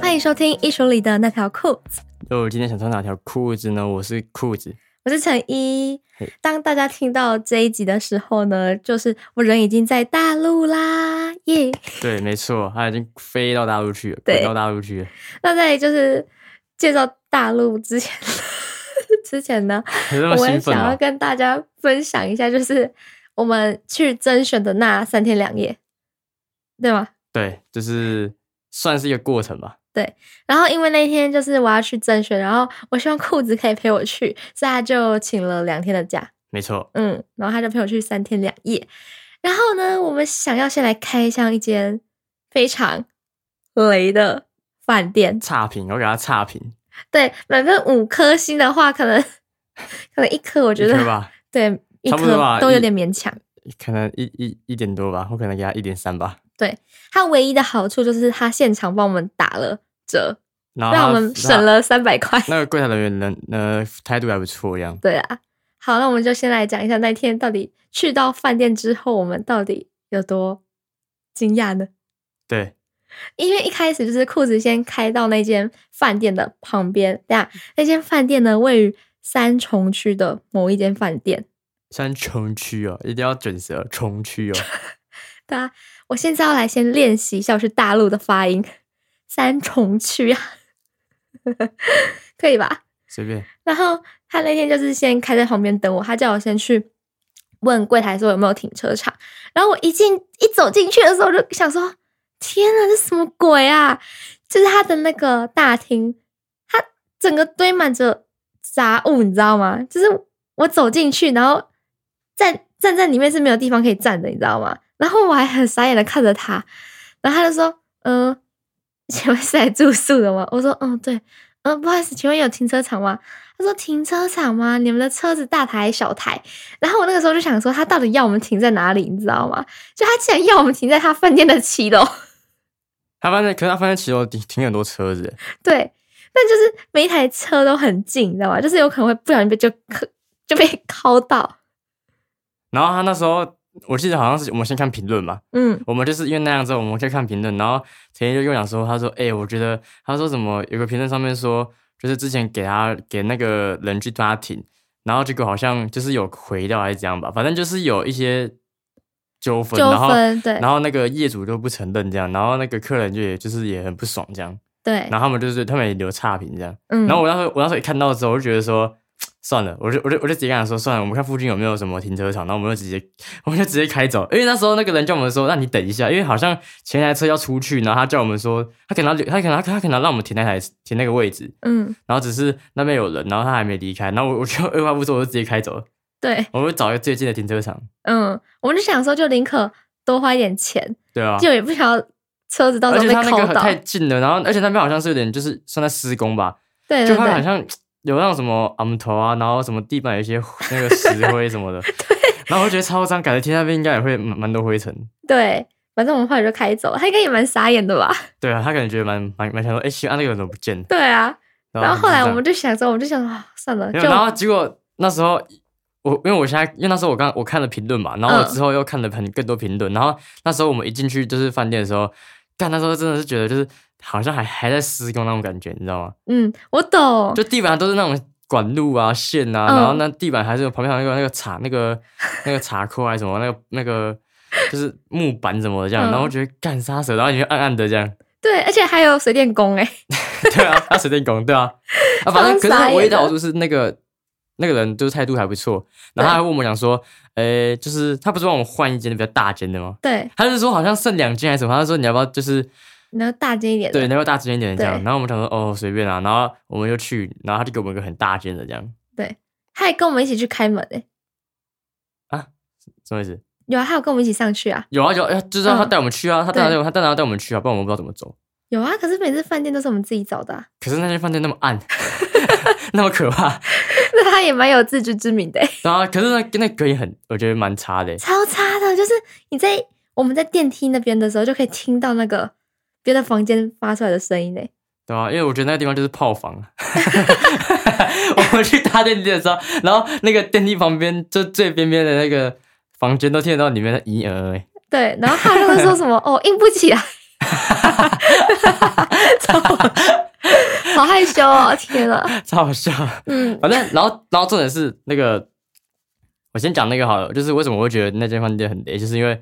欢迎收听《衣橱里的那条裤子》，就今天想穿哪条裤子呢？我是裤子，我是陈一嘿。当大家听到这一集的时候呢，就是我人已经在大陆啦，耶、对，没错，他已经飞到大陆去了，对滚到大陆去了。那在就是介绍大陆之前， 之前呢，有这么我也兴奋啊想要吗？跟大家分享一下，就是我们去甄选的那三天两夜，对吗？对，就是算是一个过程吧。然后因为那天就是我要去甄选，然后我希望裤子可以陪我去，所以他就请了两天的假。没错，嗯，然后他就陪我去三天两夜。然后呢，我们想要先来开箱一间非常雷的饭店，差评，我给他差评，对，满分五颗星的话，可能可能一颗我觉一颗得吧，对一差不多颗吧都有一点勉强。可能一一一点多吧，我可能给他一点三吧。它唯一的好处就是它现场帮我们打了折，然后让我他们省。了三百块他。啊那个柜台人员人呃态度还不错，这样对啊，好，那我们就先来讲一下那天到底去到饭店之后，我们到底有多惊讶呢？对，因为一开始就是裤子先开到那间饭店的旁边，对啊，那间饭店呢位于三重区的某一间饭店。像重区哦，一定要准时哦，重区 哦，对啊，我现在要来先练习一下我是大陆的发音，三重区啊， 可以吧？随便。然后他那天就是先开在旁边等我，他叫我先去问柜台说有没有停车场。然后我一进一走进去的时候，我就想说：天啊，这什么鬼啊！就是他的那个大厅，它整个堆满着杂物，你知道吗？就是我走进去，然后站站在里面是没有地方可以站的，你知道吗？然后我还很傻眼的看着他，然后他就说：嗯、呃， 请问是来住宿的吗？我说：嗯，对。嗯，不好意思，请问有停车场吗？他说停车场吗？你们的车子大台还是小台？然后我那个时候就想说，他到底要我们停在哪里，你知道吗？就他竟然要我们停在他饭店的七楼， 他发现，可是他发现骑楼停停很多车子，对，但就是每一台车都很近，你知道吗？就是有可能会不小心被就磕就被 敲到，然后他那时候我记得好像是我们先看评论嘛，嗯，我们就是因为那样之后，我们可以看评论，然后陈毅就跟我讲说，他说，哎、我觉得他说什么，有个评论上面说，就是之前给他给那个人去帮他停，然后结果好像就是有回掉还是怎样吧，反正就是有一些纠纷，纠然后纷对然后那个业主就不承认这样，然后那个客人就也就是也很不爽这样，对，然后他们就是他们也留差评这样，嗯，然后我那时候我那时候一看到之后，我就觉得说。算了，我就我就我就直接跟他说，算了，我们看附近有没有什么停车场，然后我们就直接我们就直接开走。因为那时候那个人叫我们说，让你等一下，因为好像前台车要出去，然后他叫我们说，他可能要他可能他可能要让我们停那台停那个位置，嗯，然后只是那边有人，然后他还没离开，然后我我就二话不说我就直接开走了，对，我就找一个最近的停车场，嗯，我们就想说，就宁可多花一点钱，对啊，就也不想要车子到而时候且被他那扣个很到，太近了，然后而且那边好像是有点就是算在施工吧，对就对他好对，像有那种什么昂头啊，然后什么地板有一些那个石灰 什么的，对，然后我就觉得超脏，感觉天那边应该也会蛮蛮多灰尘。对，反正我们后来就开走了，他应该也蛮傻眼的吧？ 对啊，他可能觉得蛮蛮蛮想说，哎、西安那个人怎么不见了？对啊，然后后来就这样我们就想说，我们就想说，啊算了，就没有，然后结果那时候我因为我现在因为那时候我刚我看了评论嘛，然后我嗯之后又看了很更多评论，然后那时候我们一进去就是饭店的时候，干那时候真的是觉得就是好像还还在施工那种感觉，你知道吗？嗯，我懂，就地板都是那种。管路啊、线啊，嗯然后那地板还是有旁边还有那个那个茶那个那个茶扣还是什么那个那个就是木板什么的这样，嗯然后我觉得干杀手，然后你就暗暗的这样， 对，而且还有水电工哎、对啊，他随便拱，对啊，啊，反正超可是傻眼的唯一的好处是那个那个人就是态度还不错，然后他还问我们讲说，诶、就是他不是让我们换一间比较大间的吗？对，他就说好像剩两间还是什么，他就说你要不要就是然后大间一点的，对，你要不要大间一点的这样对？然后我们想说哦随便啊，然后我们就去，然后他就给我们一个很大间的这样，他还跟我们一起去开门哎、什么意思？有啊，他有跟我们一起上去啊，有啊有啊，就是让他嗯带我们去啊，他当然对要他当然要带我们去啊，不然我们不知道怎么走。有啊，可是每次饭店都是我们自己找的、啊， 可是那间饭店那么暗， 那么可怕，那他也蛮有自知之明的、欸， 然后可是那那隔音很，我觉得蛮差的欸。超差的，就是你在我们在电梯那边的时候，就可以听到那个别的房间发出来的声音哎、对啊，因为我觉得那个地方就是炮房。 我们去搭电梯的时候，然后那个电梯旁边就最边边的那个房间都听得到里面的咦呃，欸 对，然后他就是说什么哦硬不起来，走， 好害羞哦！天啊，超好笑。嗯，反正，然后，然后重点是那个，我先讲那个好了，就是为什么我会觉得那间饭店很雷，就是因为，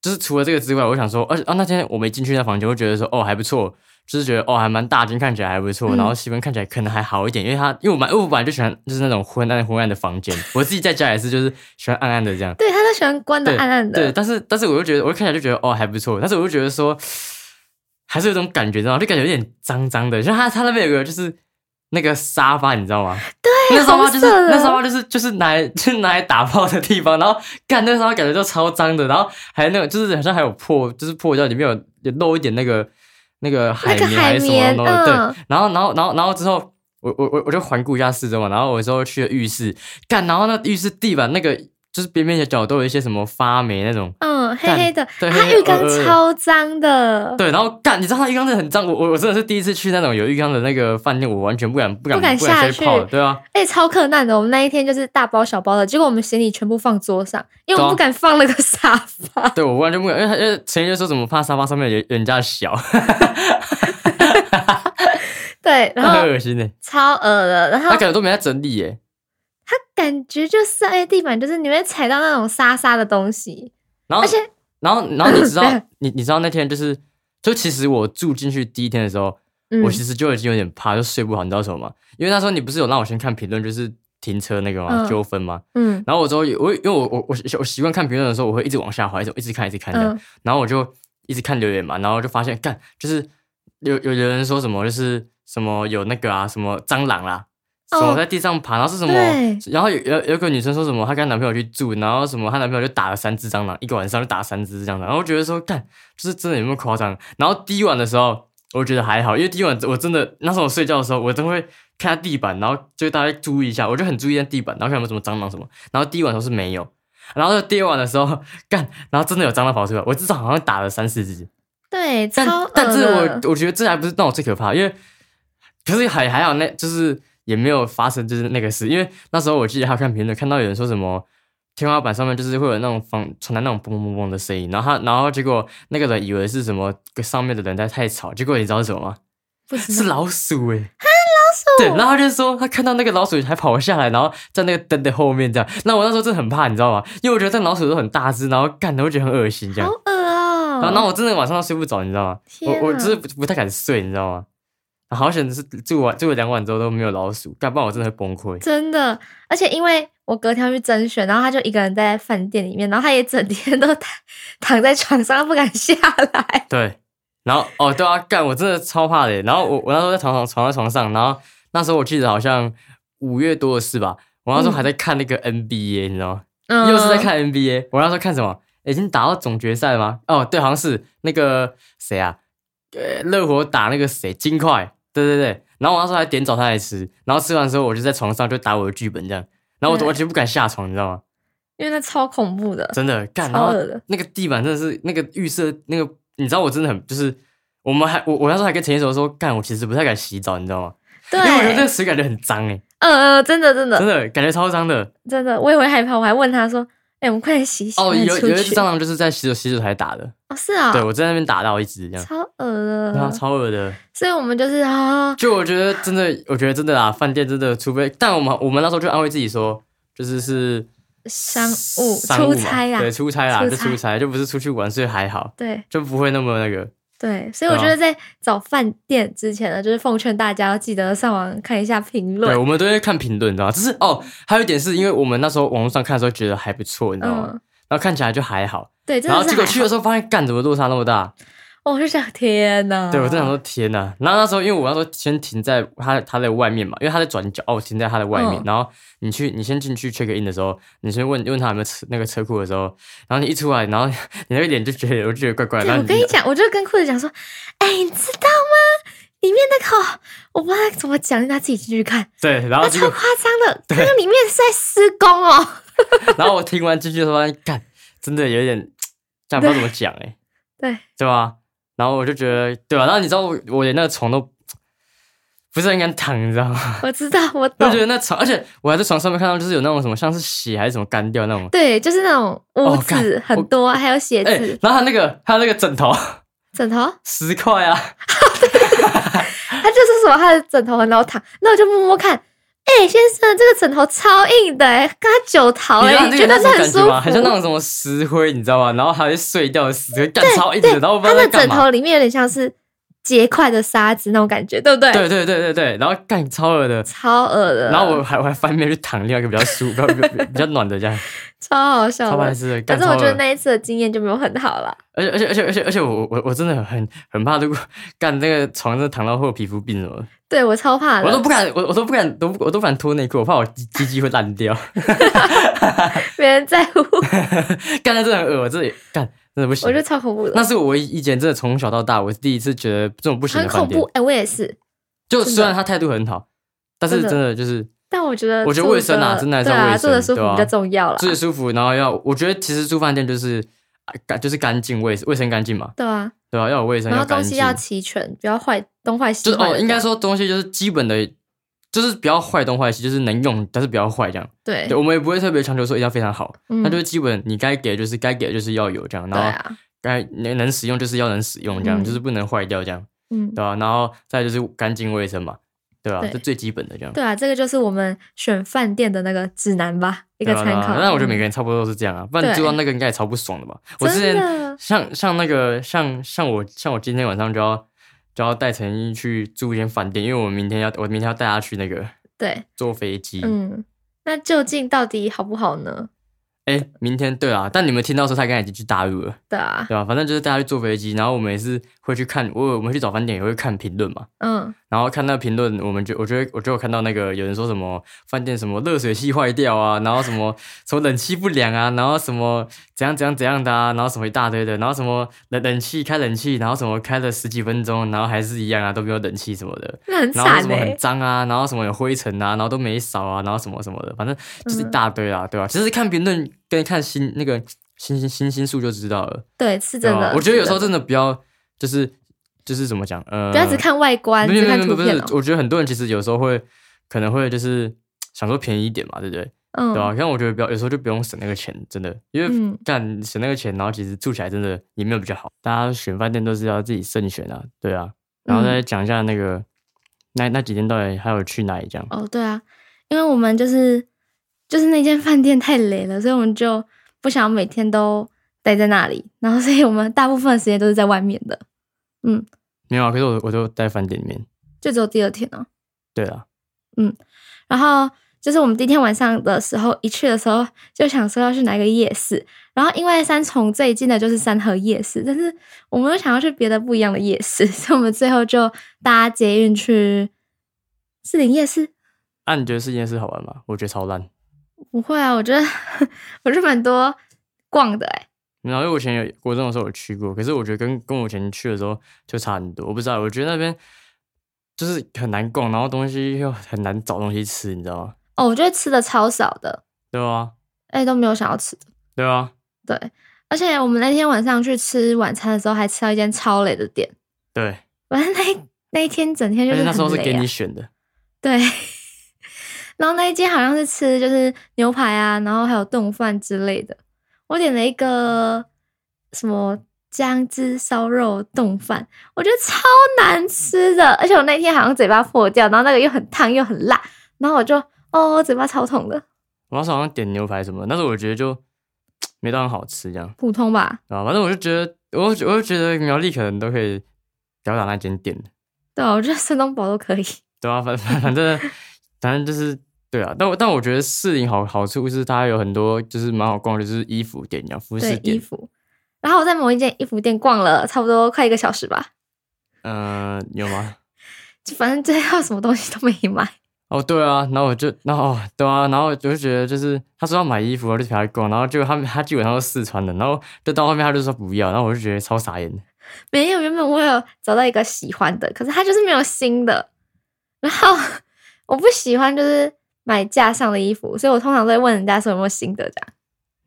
就是除了这个之外，我想说，而且啊，那天我没进去那房间，我觉得说，哦，还不错，就是觉得哦，还蛮大间，看起来还不错，嗯然后气氛看起来可能还好一点，因为它，因为我蛮，因为我本来就喜欢就是那种昏暗昏暗的房间，我自己在家也是，就是喜欢暗暗的这样。对，他都喜欢关的暗暗对，的，但是但是我又觉得，我看起来就觉得哦还不错，但是我又觉得说，还是有一种感觉，你知道吗，就感觉有点脏脏的。像他他那边有个就是那个沙发，你知道吗？对那沙发就红是色的那沙发就是就是拿来 就是拿来打炮的地方，然后干那个沙发感觉就超脏的，然后还有那种就是好像还有破，就是破掉里面有有漏一点那个那个海绵还是什么那东西，个海绵嗯对，然后然后然后然后之后。我我我我就环顾一下四周嘛，然后我之后去了浴室，干，然后那浴室地板那个就是边边角角都有一些什么发霉那种，嗯，黑黑的，对他黑黑浴缸呃呃超脏的，对，然后干，你知道它浴缸真的很脏，我我我真的是第一次去那种有浴缸的那个饭店，我完全不敢不敢不敢不敢下吹泡，去对啊，哎、超困难的。我们那一天就是大包小包的，结果我们行李全部放桌上，因为我对啊们不敢放那个沙发。对我完全不敢，因为他因为陈就说怎么怕沙发上面有人家小，对，然后很恶心的，超恶的，然后他感觉都没在整理耶，他感觉就是哎，地板就是你会踩到那种沙沙的东西，然后而且然后然后你知 道对你你知道那天就是就其实我住进去第一天的时候，嗯我其实就已经有点怕，就睡不好，你知道为什么吗？因为那时候你不是有让我先看评论，就是停车那个嘛嗯纠纷吗？嗯然后我之后也我因为我我我习我习惯看评论的时候，我会一直往下滑，一直一直看一直看这样，嗯然后我就一直看留言嘛，然后就发现干就是有有有人说什么就是什么有那个啊什么蟑螂啦。什哦么在地上爬，然后是什么对？然后有有有个女生说什么，她跟她男朋友去住，然后什么她男朋友就打了三只蟑螂，一个晚上就打了三只蟑螂，然后我觉得说干，就是真的有没有夸张？然后第一晚的时候，我觉得还好，因为第一晚我真的那时候我睡觉的时候，我都会看下地板，然后就大概注意一下，我就很注意那地板，然后看有没有什么蟑螂什么。然后第一晚的时候是没有，然后第二晚的时候干，然后真的有蟑螂跑出来，我至少好像打了三四只。对，但超恶但是的。我我觉得这还不是让我最可怕，因为可是还还好那就是也没有发生就是那个事，因为那时候我记得还有看评论看到有人说什么。天花板上面就是会有那种房传来那种嘣嘣嘣的声音，然后他，然后结果那个人以为是什么上面的人在太吵，结果你知道是什么吗？不知是道老鼠哎、老鼠。对，然后他就说他看到那个老鼠还跑下来，然后在那个灯的后面这样。那我那时候真的很怕，你知道吗？因为我觉得这老鼠都很大只，然后干的我觉得很恶心这样好。恶哦、然后，然后我真的晚上都睡不着，你知道吗？天我我啊就是不不太敢睡，你知道吗？好险是住完住了两晚之后都没有老鼠，干不然我真的会崩溃。真的，而且因为我隔天要去甄选，然后他就一个人待在饭店里面，然后他也整天都躺躺在床上不敢下来。对，然后哦对啊，干我真的超怕的。然后我我那时候在床上床在床上，然后那时候我记得好像五月多的事吧，我那时候还在看那个 NBA，、你知道吗？嗯 又是在看 NBA。我那时候看什么？已经打到总决赛了吗？哦，对，好像是那个谁啊，呃，热火打那个谁金块，对对对。然后我那时候还点早餐来吃，然后吃完之后我就在床上就打我的剧本这样，然后我对完全不敢下床，你知道吗？嗯因为那超恐怖的，真的干，然超后恶的。那个地板真的是那个浴室那个，你知道我真的很就是，我们还我我那时候还跟陈一手说，干，我其实不太敢洗澡，你知道吗？对，因为我觉得那个水感觉很脏哎、呃呃，真的真真的的感觉超脏的。真的，我也会害怕，我还问他说：“哎、我们快点洗一洗，哦，快点有出有一去只蟑螂就是在洗手洗手台打的，哦，是啊、对我在那边打到一只这样。超恶对啊，的。超恶的。所以我们就是啊，就我觉得真的，我觉得真的啊，饭店真的，除非但我们我们那时候就安慰自己说，就是是商务商务出差呀、呀、对，出差啦，出就差出差，就不是出去玩，所以还好，对就不会那么那个。对，所以我对啊觉得在找饭店之前呢，就是奉劝大家要记得上网看一下评对，论。我们都会看评论，你知道吗？只是哦，还有一点是因为我们那时候网络上看的时候觉得还不错，你知道吗？嗯，然后看起来就还好，对，真然后的结是果还去的时候发现，干怎么落差那么大？哦我就想天哪！对我真的想说天呐，然后那时候因为我那时候先停在他他的外面嘛，因为他在转角，哦，我停在他的外面。嗯然后你去你先进去 check in 的时候，你先问问他有没有车那个车库的时候，然后你一出来，然后 你那个脸就觉得我就觉得怪怪的。对，然我后跟你讲，我就跟裤子讲说，哎、你知道吗？里面那个哦，我不知道怎么讲，让他自己进去看，对，然后那结超 果夸张 的，那个里面是在施工哦。然后我听完进去的时候发现，干真的有点，但不知道怎么讲哎、对，对吧？然后我就觉得对吧？然后你知道我我连那个床都不是很敢躺，你知道吗？ 我知道，我我懂就觉。得那床，而且我还在床上面看到就是有那种什么像是血还是什么干掉那种。对，就是那种污哦干渍哎很多，还有血渍、哎、然后他那个他那个枕头枕头， 十块啊，他就是什么他的枕头很好躺，那我就摸摸看，哎、先生，这个枕头超硬的、欸，跟他九桃你哎、知道你那觉个得那是很舒种感觉服？吗？很像那种什么石灰，你知道吗？然后还会碎掉的石灰，干超硬的，对，然后我不知它道在的干枕嘛。头里面有点像是结块的沙子那种感觉，对不对？对对对对对，然后干超恶的，超恶的，然后我还我还翻面去躺另外一个比较舒服、比较比较比较暖的这样，超 好笑超白的。痴的。反干正超我觉得恶那一次的经验就没有很好啦。而且而且而且而且而且我我我真的很很怕，如果干那个床上躺到会有皮肤病什么的，对我超怕的，我都不敢，我我都不敢，都我都不敢脱内裤，我怕我鸡鸡鸡会烂掉。 没人在乎，我干那真的很恶，我真的干真的不行觉。得超恐怖的，那是我唯一一间真的从小到大，我第一次觉得这种不行很的饭恐店怖。。哎、我也是，就真的虽然他态度很好，但是真的真的就是但我觉得我觉得住卫生啊得真的还是对要卫啊，生住的舒服对啊比较重要啦。自己舒服，然后要我觉得其实住饭店就是啊干就是干净卫卫生干净嘛，对啊，对吧、要有卫生，然后干东净西，要齐全，不要坏东坏西就是坏的哦，这样。应该说东西就是基本的。就是不要坏东坏西，就是能用，但是不要坏这样。对对，，我们也不会特别强求说一定要非常好，嗯那就是基本你该给就是该给就是要有这样，对然后啊，该能能使用就是要能使用这嗯样，就是不能坏掉这样，嗯对，吧、然后再就是干净卫生嘛，对吧、对这最基本的这样。对啊，这个就是我们选饭店的那个指南吧，一个对啊参对啊考。嗯那我觉得每个人差不多都是这样啊，不然对住到那个应该也超不爽的吧？我之真前的像像那个像像我像我今天晚上就要就要带陈一去住一间饭店，因为我明天要我明天要带他去那个嗯对，坐飞机。嗯，那究竟到底好不好呢？哎、明天对啊，但你们听到说他刚才已经去大陆了，对啊，对吧、反正就是带他去坐飞机，然后我们也是会去看，我我们去找饭店也会看评论嘛，嗯，然后看那个评论，我们就我觉得我就有看到那个有人说什么饭店什么热水器坏掉啊，然后什么什么冷气不良啊，然后什么怎样怎样怎样的啊，然后什么一大堆的，然后什么冷冷气开冷气，然后什么开了十几分钟，然后还是一样啊，都没有冷气什么的，那很然后惨什么哎、很脏啊，然后什么有灰尘啊，然后都没扫啊，然后什么什么的，反正就是嗯一大堆啊，对吧、其实看评论跟看新那个星星星星数就知道了，对，是对真吧的。？我觉得有时候是真的不要就是就是怎么讲，呃，的不要只看外观，没只有没看有没图有不是片、，哦。我觉得很多人其实有时候会可能会就是想说便宜一点嘛，对不对？嗯，对吧、像我觉得不要有时候就不用省那个钱，真的，因为嗯干、省那个钱，然后其实住起来真的也没有比较好。大家选饭店都是要自己慎选啊，对啊。嗯然后再讲一下那个、那那几天到底还有去哪里这样？哦，对啊，因为我们就是就是那间饭店太累了，所以我们就不想每天都待在那里，然后所以我们大部分的时间都是在外面的，没有啊，可是我我就在饭店里面。就只有第二天哦。对啊，然后就是我们第一天晚上的时候，一去的时候就想说要去哪一个夜市，然后因为三重最近的就是三河夜市，但是我们又想要去别的不一样的夜市，所以我们最后就搭捷运去士林夜市。那、啊你觉得这件事好玩吗？我觉得超烂。不会啊，我觉得我觉得蛮多逛的哎、然后因为我以前有国中的时候有去过，可是我觉得跟跟我以前去的时候就差很多。我不知道，我觉得那边就是很难逛，然后东西又很难找东西吃，你知道吗？哦，我觉得吃的超少的，对啊，哎、都没有想要吃的。对啊，对，而且我们那天晚上去吃晚餐的时候，还吃到一间超累的店。对。反正那一那一天整天就而且是那时候很是累给啊你选的，对。然后那一间好像是吃就是牛排啊，然后还有炖饭之类的。我点了一个什么姜汁烧肉冻饭，我觉得超难吃的，而且我那天好像嘴巴破掉，然后那个又很烫又很辣，然后我就哦嘴巴超痛的，我那时候好像点牛排什么的，但是我觉得就没到很好吃这样普通吧。啊。反正我就觉得，我我就觉得苗栗可能都可以吊打那间店的，对啊，我觉得山东宝都可以。对啊，反 反反正反正就是对啊。但我但我觉得士林好好处是它有很多就是蛮好逛的，就是衣服店这样，服饰对，衣店，服。然后我在某一间衣服店逛了差不多快一个小时吧，嗯、有吗？ 就反正最后什么东西都没买。哦，对啊，然后我就，然后哦，对啊，然后我就觉得就是他说要买衣服，我就陪他逛，然后结果他他基本上都试穿的，然后就到后面他就说不要，然后我就觉得超傻眼的。没有，原本我有找到一个喜欢的，可是它就是没有新的。然后 我不喜欢就是买架上的衣服，所以我通常都会问人家说有没有新的这样。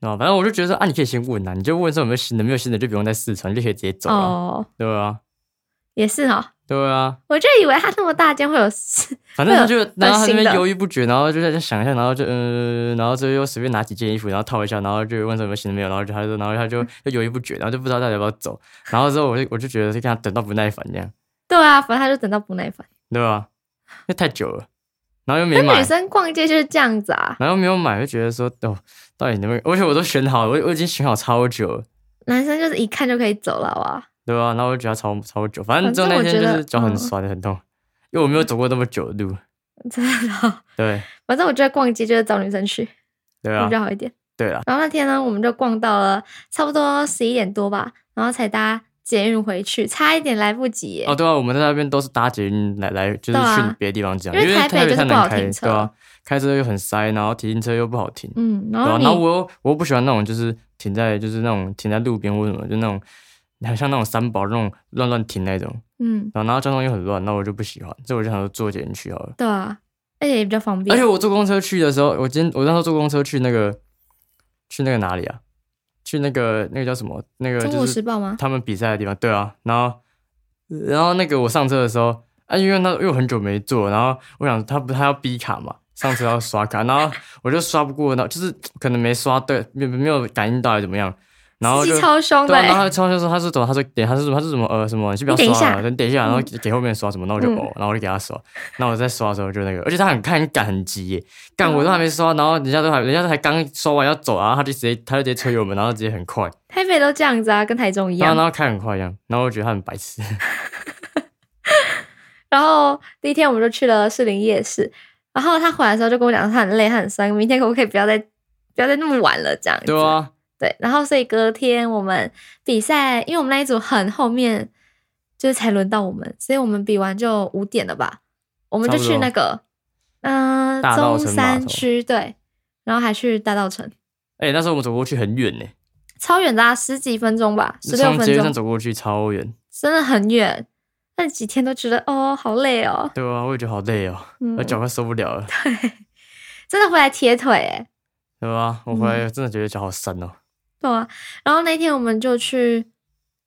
啊，反正我就觉得说啊，你可以先问啊，你就问说有没有新的，没有新的就不用再试穿，就可以直接走了、哦，对啊，也是哦，对啊，我就以为它那么大间会有事。反正他就会有然后他那新边的犹豫不决，然后就在这想一下，然后就呃，然后最后又随便拿几件衣服，然后套一下，然后就问说有没有新的没有，然后就他就说，然后他就就犹豫不决，然后就不知道到底要不要走，然后之后我就我就觉得就跟他等到不耐烦这样。对对啊，反正他就等到不耐烦。对吧？那太久了，然后又没那买女，生逛街就是这样子啊，然后没有买，就觉得说哦，到底能不能？而且我都选好了，我我已经选好超久了，男生就是一看就可以走了，好啊不好？对啊吧、然后我就觉得超超久，反反正正就那我天觉就得是脚很嗯酸很痛，因为我没有走过那么久的路。真的。哦对 反正我觉得逛街就是找女生去对会啊比，较好一点。对啊，然后那天呢，我们就逛到了差不多十一点多吧，然后才搭捷运回去，差一点来不及耶。哦对啊，我们在那边都是搭捷运来来，就是对啊去别的地方这样，因为为台北台就是太不好难开，停车对啊，开车又很塞，然后停车又不好停，嗯，然对后啊，你然后我又我又不喜欢那种就是停在就是那种停在路边或什么，就那种很像那种三宝那种乱乱停那种。嗯，然后然后交通又很乱，那我就不喜欢，所以我就想说坐捷运去好了。对啊，而且也比较方便。而且我坐公车去的时候，我今天我那时候坐公车去那个去那个哪里啊？去那个那个叫什么？那个中就国时是报吗？他们比赛的地方。对啊，然后然后那个我上车的时候，啊，因为那因为我很久没坐，然后我想他不他要逼卡嘛，上车要刷卡，然后我就刷不过，然后就是可能没刷对，没没有感应到还是怎么样，然后司就机超凶的对啊，然后欸，他超就说他是怎么，他说点他是他是什么呃什么，你先不你等要一刷下了，等等一下，然后给给后面刷什么，那我就嗯哦，然后我就给他刷，那我在刷的时候就那个，而且他很看很赶很急耶，干嗯我都还没刷，然后人家都还人家都还刚刷完要走，然后他就直接他就直接吹油门，然后直接很快，台北都这样子啊，跟台中一然后样。然后开很快一样，然后我觉得他很 白痴，然后第一天我们就去了士林夜市，然后他回来的时候就跟我讲，他很累，他很酸，明天可不可以不要再不要再那么晚了这样子？对啊，对，然后所以隔天我们比赛，因为我们那一组很后面，就是才轮到我们，所以我们比完就五点了吧，我们就去那个嗯、大中稻城码头山区对，然后还去大稻城，哎、那时候我们走过去很远呢，超远的、啊，十几分钟吧，十六从分捷运钟站，走过去超远，真的很远。那几天都觉得哦，好累哦，对啊，我也觉得好累哦，嗯我，脚快受不了了，真的回来铁腿哎、对吧？我回嗯来真的觉得脚好酸哦，对啊。然后那天我们就去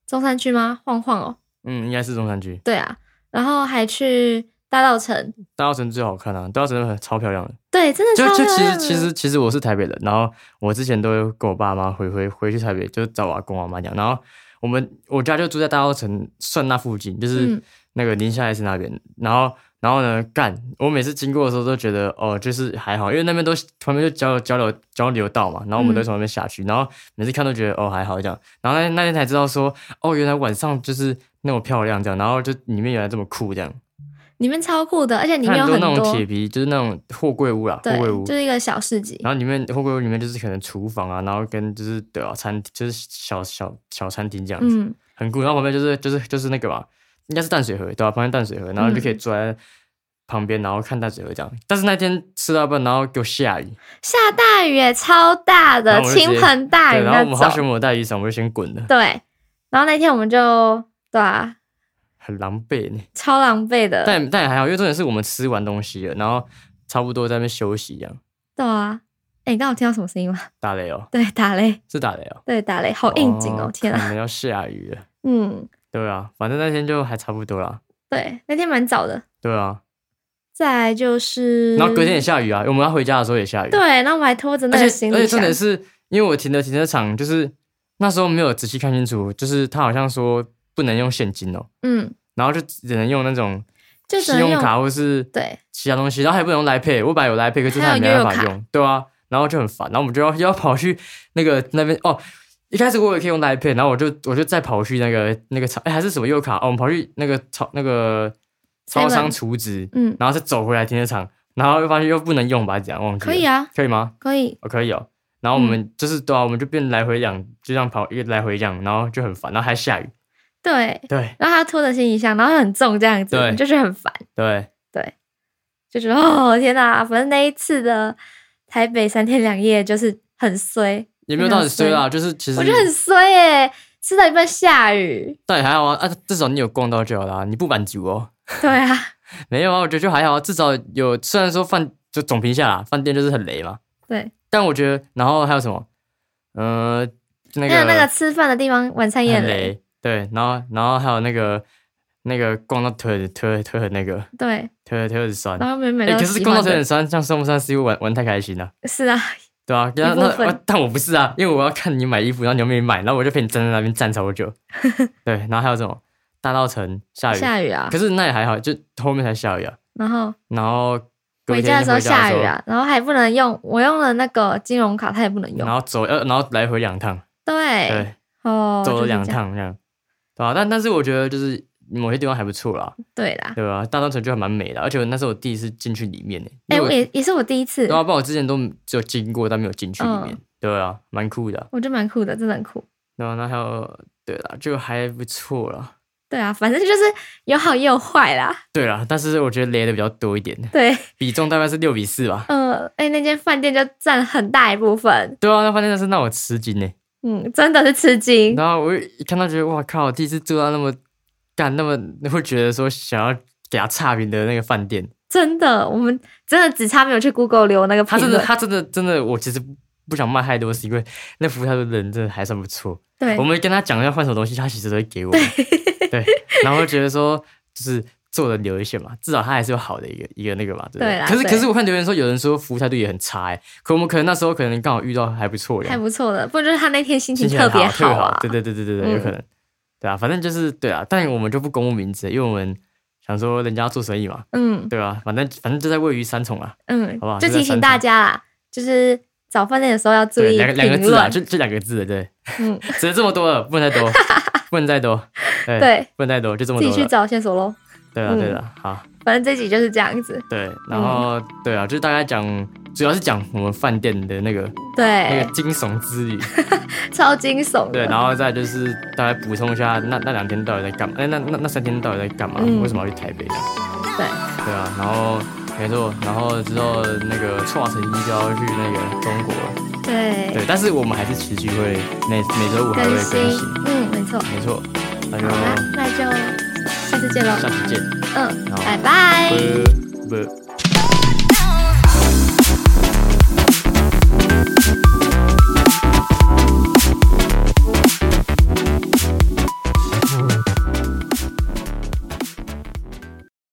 中山区吗？晃晃哦，嗯，应该是中山区，对啊，然后还去大稻城，大稻城最好看啊，大稻城很超漂亮的。对，真的 就超就其漂亮的实其实其实我是台北人，然后我之前都有跟我爸妈回回回去台北，就找我阿公我阿妈讲，然后我们我家就住在大稻城算那附近，就是嗯那个宁夏夜市那边，然后然后呢干，我每次经过的时候都觉得哦，就是还好，因为那边都旁边就交流交流交流道嘛，然后我们嗯都从那边下去，然后每次看都觉得哦还好这样，然后那那天才知道说哦原来晚上就是那么漂亮这样，然后就里面原来这么酷这样，里面超酷的，而且里面有很它很多那多种铁皮就是那种货柜屋啦，货柜屋对，就是一个小市集。然后里面会不会里面就是可能厨房啊，然后跟就是对啊餐就是小小小餐厅这样子，嗯，很酷。然后旁边就是就是就是那个吧，应该是淡水河对吧、啊旁边淡水河，然后你就可以嗯坐在旁边，然后看淡水河这样。但是那天吃到一半，然后给我下雨，下大雨耶，超大然的后我就直接倾盆大雨对，然后哎那我们好久种。没有带雨伞，我就先滚了，对，然后那天我们就对啊，很狼狈呢。超狼狈的。但但也还好，因为重点是我们吃完东西了，然后差不多在那边休息一样。对啊，哎，你刚刚有听到什么声音吗？ 打雷哦，对，打雷，是打雷哦，对，打雷，好应景哦，天我啊，们要下雨了。嗯，对啊，反正那天就还差不多啦。对，那天蛮早的。对啊，再来就是，然后隔天也下雨啊，我们要回家的时候也下雨。嗯对，啊然后我们还拖着那而个且行而且李重箱，点是因为我停的停车场就是那时候没有仔细看清楚，就是他好像说不能用现金哦、嗯，然后就只能用那种就只信能用用卡或是对，其他东西，然后还不能用来配，我本来有来配，可是还他有也没办 Euro 法卡用，对啊，然后就很烦，然后我们就要要跑去那个那边哦。一开始我也可以用来配，然后我就我就再跑去那个那个超哎还是什么优卡哦，我们跑去那个超那个超商 Seven 储值，嗯，然后再走回来停车场，然后又发现又不能用吧，这样忘记可以啊，啊，可以吗？可以，哦，可以哦。然后我们就是、对啊，我们就变来回两，就这样跑一个来回这样，然后就很烦，然后还下雨。对，对然后还要拖着行李箱，然后又很重这样子，对你就是很烦。对，就觉得哦天哪，反正那一次的台北三天两夜就是很衰，也没有到很衰啦，就是其实我觉得很衰耶、吃到一半下雨，但也还好啊啊，至少你有逛到就好啦，你不满足哦。对啊，没有啊，我觉得就还好啊，至少有虽然说饭就总评下啦，饭店就是很雷嘛，对，但我觉得然后还有什么，呃， 那还有个那个吃饭的地方，晚餐也很很累，雷，对，然后然后还有那个那个逛到腿腿腿很那个对，腿腿很酸，然哎、后每每都可是喜逛到欢腿的很酸，这样算不算是因为玩玩太开心了、是啊，对啊，那部分那但我不是啊， 因为我要看你买衣服，然后你又没买，然后我就陪你站在那边站超久。对，然后还有这种大稻城下雨，下雨啊可，是那也还好，就后面才下雨啊。然后然后隔回天家的时候回下雨，啊，然后还不能用，我用了那个金融卡，它也不能然用。后走呃，然后来回两趟，对，对，哦，走就了是两这样，趟这样，对吧、但但是我觉得就是某些地方还不错啦，对啦。对吧、大稻城就还蛮美的，而且我那是我第一次进去里面呢、哎，因为我也也是我第一次对，啊，不然我之前都只有经过，但没有进去里面。嗯对啊，蛮酷的啊、我觉得蛮酷的，真的很酷。对啊，那还有对啦，就还不错啦。对啊，反正就是有好也有坏啦。对啦，但是我觉得雷的比较多一点，对，比重大概是六比四吧。呃，哎、那间饭店就占很大一部分，对啊，那饭店真的是让我吃惊呢。嗯，真的是吃惊。然后我一看到觉得哇靠，第一次住到那么干那么会觉得说想要给他差评的那个饭店，真的，我们真的只差没有去 Google 留那个他评真论。的他真的真的，我其实不想骂太多，是因为那服务态度人真的还算不错。对我们跟他讲要换什么东西，他其实都会给我们。对，然后觉得说就是做人留一些嘛，至少他还是有好的一个一个那个嘛，对不对啦可是对可是我看留言说有人说服务态度也很差哎、可我们可能那时候可能刚好遇到还不错的还人，不错的，不然就是他那天心心情情特很别好，特别啊。对对对对对对，有可能，对啊，反正就是对啊，但我们就不公布名字，因为我们想说人家要做生意嘛，嗯对啊，反正反正就在位于三重啊，嗯好吧，就就在提醒三大重家啦，就是找饭店的时候要注对，意两个两个评字啊，论。就就两个字的，对，嗯，只能这么多了，不能再多，不能再多， 对，对，不能再多，就这么自己多去了，找线索喽。对啊，嗯对啊，好。反正这集就是这样子。对，然后、对啊，就是大概讲，主要是讲我们饭店的那个那对个，惊悚之旅，超惊悚的。对，然后再就是大概补充一下那那两天到底在干嘛，哎，那那那三天到底在干嘛？嗯为什么要去台北这样？对对啊，然后没错，然后之后那个创成一就要去那个中国了，对对，但是我们还是持续会每每周五还会更更新新，，嗯，没错。没错，那好啦就，那就下次见喽。下期见，嗯，好拜拜。不不。